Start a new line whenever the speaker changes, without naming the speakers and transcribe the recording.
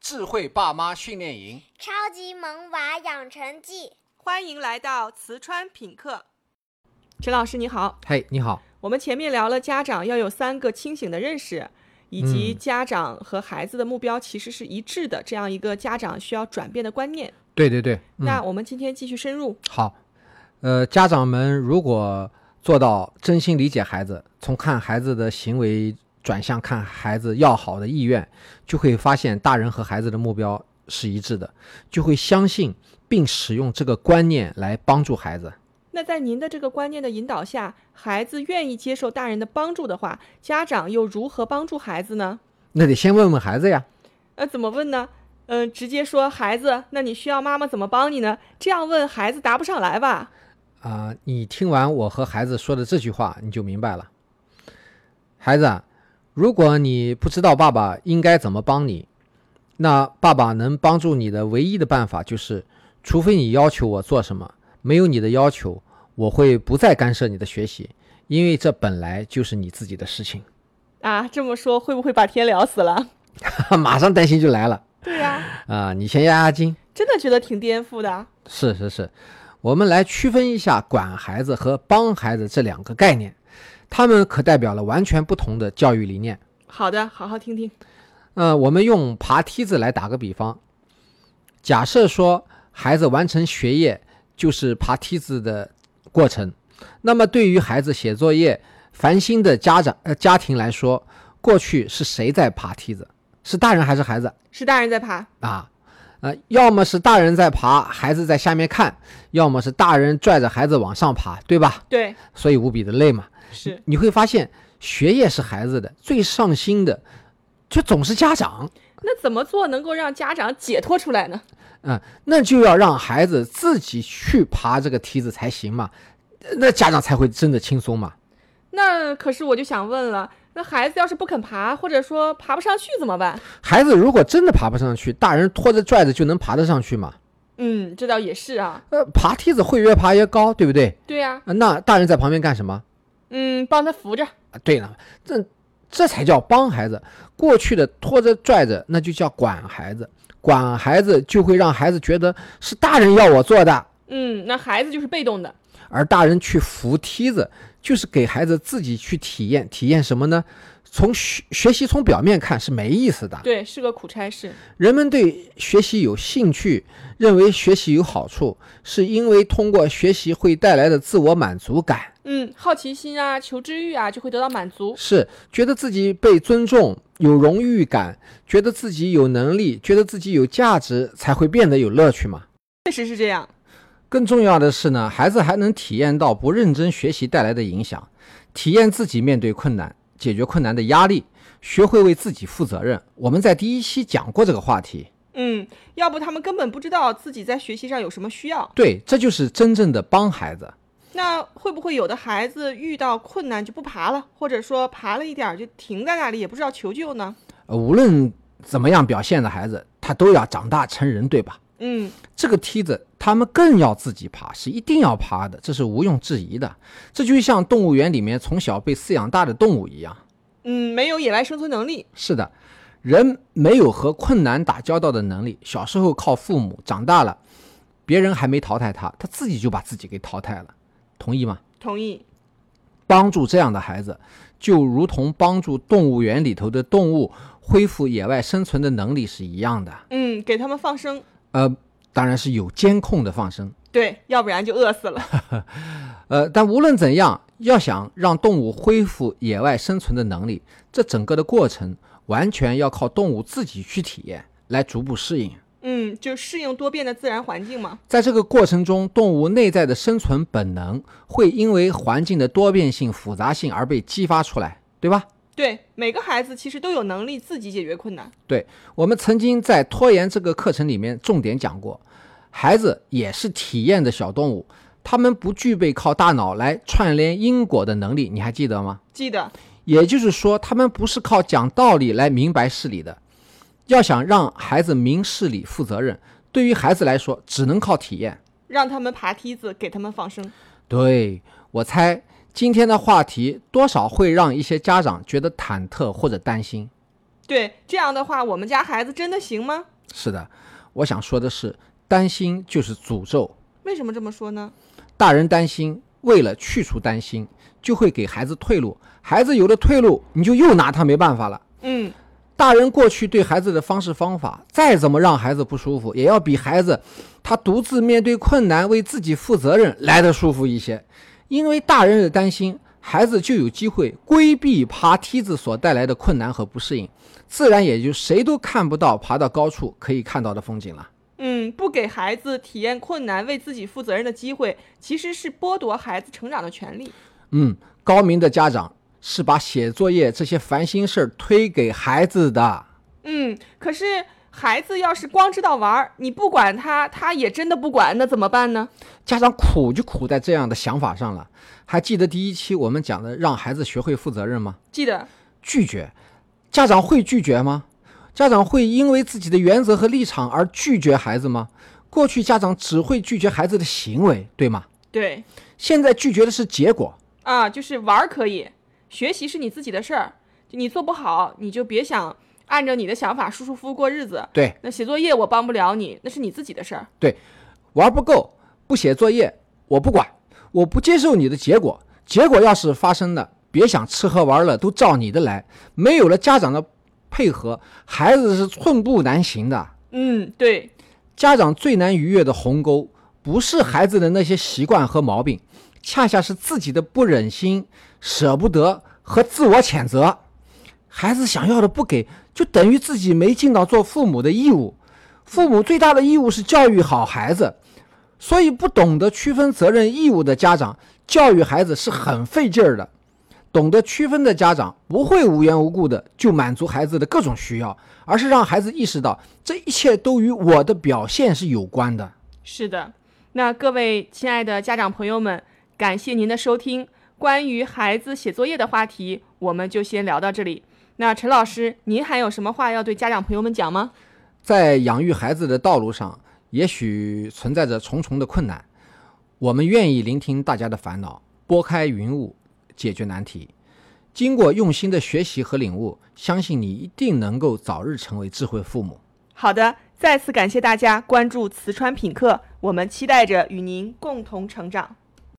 智慧爸妈训练营，
《超级萌娃养成记》。
欢迎来到瓷川品客。陈老师你好，
嘿，你好，
我们前面聊了家长要有三个清醒的认识，以及
嗯
家长和孩子的目标其实是一致的，这样一个家长需要转变的观念。
对对对，嗯、
那我们今天继续深入，
好，呃，家长们如果做到真心理解孩子，从看孩子的行为转向看孩子要好的意愿，就会发现大人和孩子的目标是一致的，就会相信并使用这个观念来帮助孩子。
那在您的这个观念的引导下，孩子愿意接受大人的帮助的话，家长又如何帮助孩子呢？
那得先问问孩子呀，
呃，怎么问呢？嗯、直接说孩子，那你需要妈妈怎么帮你呢？这样问孩子答不上来吧？
啊、你听完我和孩子说的这句话，你就明白了。孩子啊，如果你不知道爸爸应该怎么帮你，那爸爸能帮助你的唯一的办法就是，除非你要求我做什么，没有你的要求，我会不再干涉你的学习，因为这本来就是你自己的事情。
啊，这么说会不会把天聊死了？
马上担心就来了
对呀、
啊、你先压压惊。
真的觉得挺颠覆的。
是是是，我们来区分一下管孩子和帮孩子这两个概念，他们可代表了完全不同的教育理念。
好的，好好听听。
呃，我们用爬梯子来打个比方，假设说孩子完成学业就是爬梯子的过程，那么对于孩子写作业烦心的家长呃家庭来说，过去是谁在爬梯子？是大人还是孩子？
是大人在爬，
啊，呃，要么是大人在爬，孩子在下面看；要么是大人拽着孩子往上爬，对吧？
对，
所以无比的累嘛。
是
你会发现，学业是孩子的最上心的，却总是家长。
那怎么做能够让家长解脱出来呢？
嗯，那就要让孩子自己去爬这个梯子才行嘛，那家长才会真的轻松嘛。
那可是我就想问了，那孩子要是不肯爬，或者说爬不上去怎么办？
孩子如果真的爬不上去，大人拖着拽着就能爬得上去嘛？
嗯，这倒也是啊。
呃，爬梯子会越爬越高，对不对？
对呀、
呃那大人在旁边干什么？
嗯，帮他扶着。
啊，对了，这这才叫帮孩子。过去的拖着拽着，那就叫管孩子。管孩子就会让孩子觉得是大人要我做的，
嗯，那孩子就是被动的。
而大人去扶梯子，就是给孩子自己去体验。体验什么呢？从学学习从表面看是没意思的，
对，是个苦差事。
人们对学习有兴趣，认为学习有好处，是因为通过学习会带来的自我满足感。
嗯，好奇心啊，求知欲啊，就会得到满足。
是觉得自己被尊重、有荣誉感，觉得自己有能力，觉得自己有价值，才会变得有乐趣嘛。
确实是这样。
更重要的是呢，孩子还能体验到不认真学习带来的影响，体验自己面对困难、解决困难的压力，学会为自己负责任。我们在第一期讲过这个话题，
嗯，要不他们根本不知道自己在学习上有什么需要。
对，这就是真正的帮孩子。
那会不会有的孩子遇到困难就不爬了，或者说爬了一点儿就停在那里，也不知道求救呢？
呃无论怎么样表现的孩子，他都要长大成人，对吧？
嗯，
这个梯子他们更要自己爬，是一定要爬的，这是毋庸置疑的。这就像动物园里面从小被饲养大的动物一样。
嗯，没有野外生存能力，
是的，人没有和困难打交道的能力，小时候靠父母，长大了别人还没淘汰他，他自己就把自己给淘汰了，同意吗？
同意。
帮助这样的孩子，就如同帮助动物园里头的动物恢复野外生存的能力是一样的。
嗯，给他们放生，
呃，当然是有监控的放生。
对，要不然就饿死了。
呃，但无论怎样，要想让动物恢复野外生存的能力，这整个的过程完全要靠动物自己去体验，来逐步适应。
嗯，就适应多变的自然环境嘛。
在这个过程中，动物内在的生存本能会因为环境的多变性、复杂性而被激发出来，对吧？
对，每个孩子其实都有能力自己解决困难。
对，我们曾经在拖延这个课程里面重点讲过，孩子也是体验的小动物，他们不具备靠大脑来串联因果的能力，你还记得吗？
记得，
也就是说，他们不是靠讲道理来明白事理的。要想让孩子明事理、负责任，对于孩子来说，只能靠体验。
让他们爬梯子，给他们放生。
对我猜，今天的话题多少会让一些家长觉得忐忑或者担心。
对，这样的话，我们家孩子真的行吗？
是的，我想说的是，担心就是诅咒。
为什么这么说呢？
大人担心，为了去除担心，就会给孩子退路。孩子有了退路，你就又拿他没办法了。
嗯，
大人过去对孩子的方式方法，再怎么让孩子不舒服，也要比孩子他独自面对困难、为自己负责任来的舒服一些。因为大人的担心，孩子就有机会规避爬梯子所带来的困难和不适应，自然也就谁都看不到爬到高处可以看到的风景了。
嗯，不给孩子体验困难、为自己负责任的机会，其实是剥夺孩子成长的权利。
嗯，高明的家长是把写作业这些烦心事儿推给孩子的。
嗯，可是孩子要是光知道玩儿，你不管他，他也真的不管，那怎么办呢？
家长苦就苦在这样的想法上了。还记得第一期我们讲的让孩子学会负责任吗？
记得，
拒绝，家长会拒绝吗？家长会因为自己的原则和立场而拒绝孩子吗？过去家长只会拒绝孩子的行为，对吗？
对，
现在拒绝的是结果。
啊，就是玩儿可以，学习是你自己的事儿，你做不好，你就别想按照你的想法舒舒服服过日子。
对
那写作业我帮不了你，那是你自己的事儿。
对，玩不够，不写作业，我不管，我不接受你的结果。结果要是发生了，别想吃喝玩乐都照你的来。没有了家长的配合，孩子是寸步难行的。
嗯，对，
家长最难逾越的鸿沟，不是孩子的那些习惯和毛病，恰恰是自己的不忍心、舍不得和自我谴责。孩子想要的不给，就等于自己没尽到做父母的义务。父母最大的义务是教育好孩子，所以不懂得区分责任义务的家长，教育孩子是很费劲儿的。懂得区分的家长不会无缘无故的就满足孩子的各种需要，而是让孩子意识到这一切都与我的表现是有关的。
是的。那各位亲爱的家长朋友们，感谢您的收听。关于孩子写作业的话题，我们就先聊到这里。那陈老师，您还有什么话要对家长朋友们讲吗？
在养育孩子的道路上，也许存在着重重的困难，我们愿意聆听大家的烦恼，拨开云雾，解决难题。经过用心的学习和领悟，相信你一定能够早日成为智慧父母。
好的，再次感谢大家关注瓷川品客，我们期待着与您共同成长。